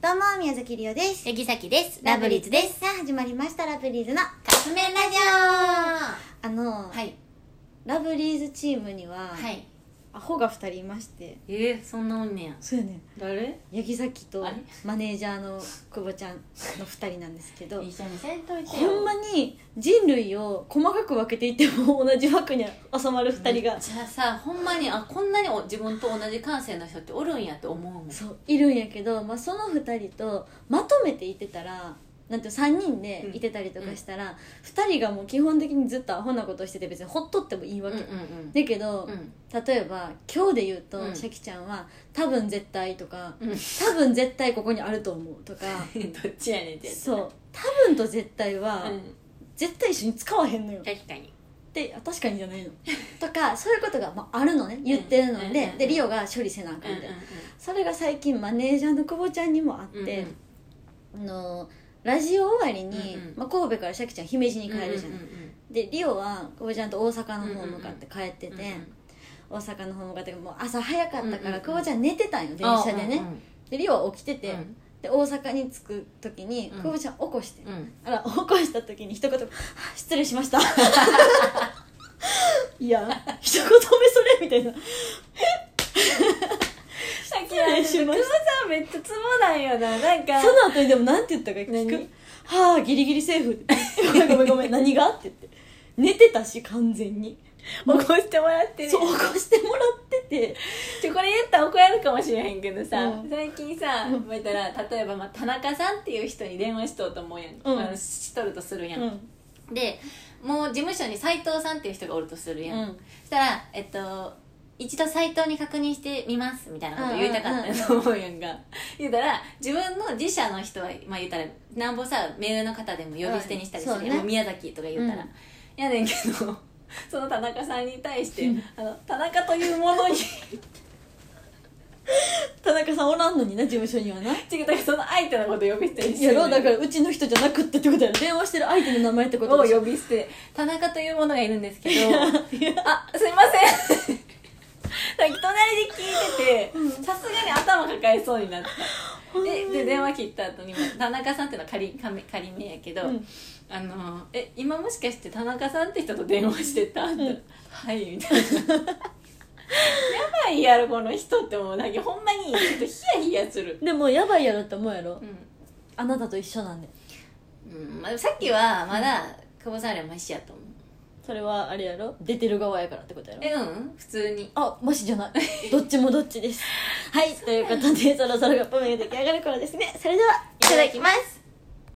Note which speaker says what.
Speaker 1: どうも宮崎りおです
Speaker 2: 杉崎です
Speaker 1: ラブリーズですさあ始まりましたラブリーズの
Speaker 2: カップ麺ラジオ
Speaker 1: あの、
Speaker 2: はい
Speaker 1: ラブリーズチームには、
Speaker 2: はい
Speaker 1: アホが2人いまして
Speaker 2: えー、そんなおんねや
Speaker 1: そうやね
Speaker 2: 誰
Speaker 1: 八木崎と
Speaker 2: あれ
Speaker 1: マネージャーの久保ちゃんの2人なんですけど
Speaker 2: 一緒にせんといてよ
Speaker 1: ほんまに人類を細かく分けていっても同じ枠に収まる2人が、
Speaker 2: じゃあさほんまにあこんなにお自分と同じ感性の人っておるんやって思うもん
Speaker 1: そういるんやけど、まあ、その2人とまとめていてたらなんて3人でいてたりとかしたら、二2人がもう基本的にずっとアホなことしてて別にほっとってもいいわ
Speaker 2: うん
Speaker 1: け、
Speaker 2: うんうん
Speaker 1: だけど、
Speaker 2: うん
Speaker 1: 例えば今日で言うと、
Speaker 2: うん
Speaker 1: シャキちゃんは「多分絶対」とか
Speaker 2: う
Speaker 1: 「
Speaker 2: ん
Speaker 1: 多分絶対ここにあると思う」とか
Speaker 2: どっちやねんってやつ
Speaker 1: そう「多分」と「絶対は」
Speaker 2: うん
Speaker 1: 絶対一緒に使わへんのよっ
Speaker 2: 確かに
Speaker 1: てあ確かにじゃないのとかそういうことが、まあ、あるのね言ってるの
Speaker 2: うん
Speaker 1: で,、
Speaker 2: うん
Speaker 1: でリオが処理せなあ
Speaker 2: う
Speaker 1: か
Speaker 2: ん
Speaker 1: ん
Speaker 2: う
Speaker 1: み
Speaker 2: ん
Speaker 1: たいな、それが最近マネージャーの久保ちゃんにもあっ
Speaker 2: うん
Speaker 1: て、あのラジオ終わりに、
Speaker 2: うんうん
Speaker 1: まあ、神戸からシャキちゃん姫路に
Speaker 2: うん
Speaker 1: 帰るじゃん、
Speaker 2: うん
Speaker 1: でリオは久保ちゃんと大阪の方向かって帰ってて、
Speaker 2: うんうんうんうん
Speaker 1: 大阪の方向かってもう朝早かった
Speaker 2: うん
Speaker 1: か
Speaker 2: うんう
Speaker 1: ら
Speaker 2: ん
Speaker 1: 久保ちゃん寝てたんよ電車でね、でリオは起きてて、
Speaker 2: うん
Speaker 1: で大阪に着く時に
Speaker 2: うん
Speaker 1: 久保ちゃん起こして、
Speaker 2: うんうん
Speaker 1: あら起こした時に一言「失礼し ました」いや一言目それみたいな
Speaker 2: さっき
Speaker 1: 失 礼しました
Speaker 2: さんめっちゃツボなんよななんか
Speaker 1: その後にでもなんて言ったか聞く
Speaker 2: 何
Speaker 1: 「はあギリギリセーフ」 ごめんごめんごめん何が?」って言って寝てたし完全に
Speaker 2: 起こしてもらってる
Speaker 1: そう起こしてもらってて
Speaker 2: ちょこれ言ったら怒られるかもしれへんけどさ、
Speaker 1: うん
Speaker 2: 最近さ
Speaker 1: うん
Speaker 2: 覚えたら例えば、まあ、田中さんっていう人に電話しとうと思うやん、
Speaker 1: うん
Speaker 2: あのしとるとするやん、
Speaker 1: うん
Speaker 2: でもう事務所に斎藤さんっていう人がおるとするやん、
Speaker 1: うん
Speaker 2: そしたらえっと一度斎藤に確認してみますみたいなこと言いたかったと思うやんが言うたら自分の自社の人はまあ言うたらなんぼさメールの方でも呼び捨てにしたりするや
Speaker 1: うん
Speaker 2: ん、
Speaker 1: そうね
Speaker 2: もう宮崎とか言うたら、
Speaker 1: うん
Speaker 2: やねんけどその田中さんに対して、
Speaker 1: うん
Speaker 2: あの田中というものに
Speaker 1: 田中さんおらんのにな事務所にはな
Speaker 2: 違うだからその相手のこと呼び捨てにして
Speaker 1: や
Speaker 2: る
Speaker 1: ろだからうちの人じゃなくってってことやろ電話してる相手の名前ってこと
Speaker 2: を
Speaker 1: でしょ
Speaker 2: 呼び捨て田中というものがいるんですけど
Speaker 1: いや
Speaker 2: あすいませんさっき隣で聞いててさすがに頭抱えそうになったでで電話切った後に田中さんっていうのは仮仮仮名やけど、
Speaker 1: うん
Speaker 2: あのえ今もしかして田中さんって人と電話してた、はいみたいなやばいやろこの人って思うだけどほんまにちょっとヒヤヒヤする、
Speaker 1: でもやばいやろって思うやろ
Speaker 2: うん
Speaker 1: あなたと一緒なんで
Speaker 2: うんまあ、さっきはまだ久保さんよりはマシやと思う
Speaker 1: それはあれやろ出てる側やからってことやろ
Speaker 2: えうん普通に
Speaker 1: あマシじゃない どっちもどっちですはいということでそろそろカップ麺が出来上がる頃ですねそれではい
Speaker 2: い
Speaker 1: た
Speaker 2: た
Speaker 1: だ
Speaker 2: だ
Speaker 1: き
Speaker 2: き
Speaker 1: ま
Speaker 2: ます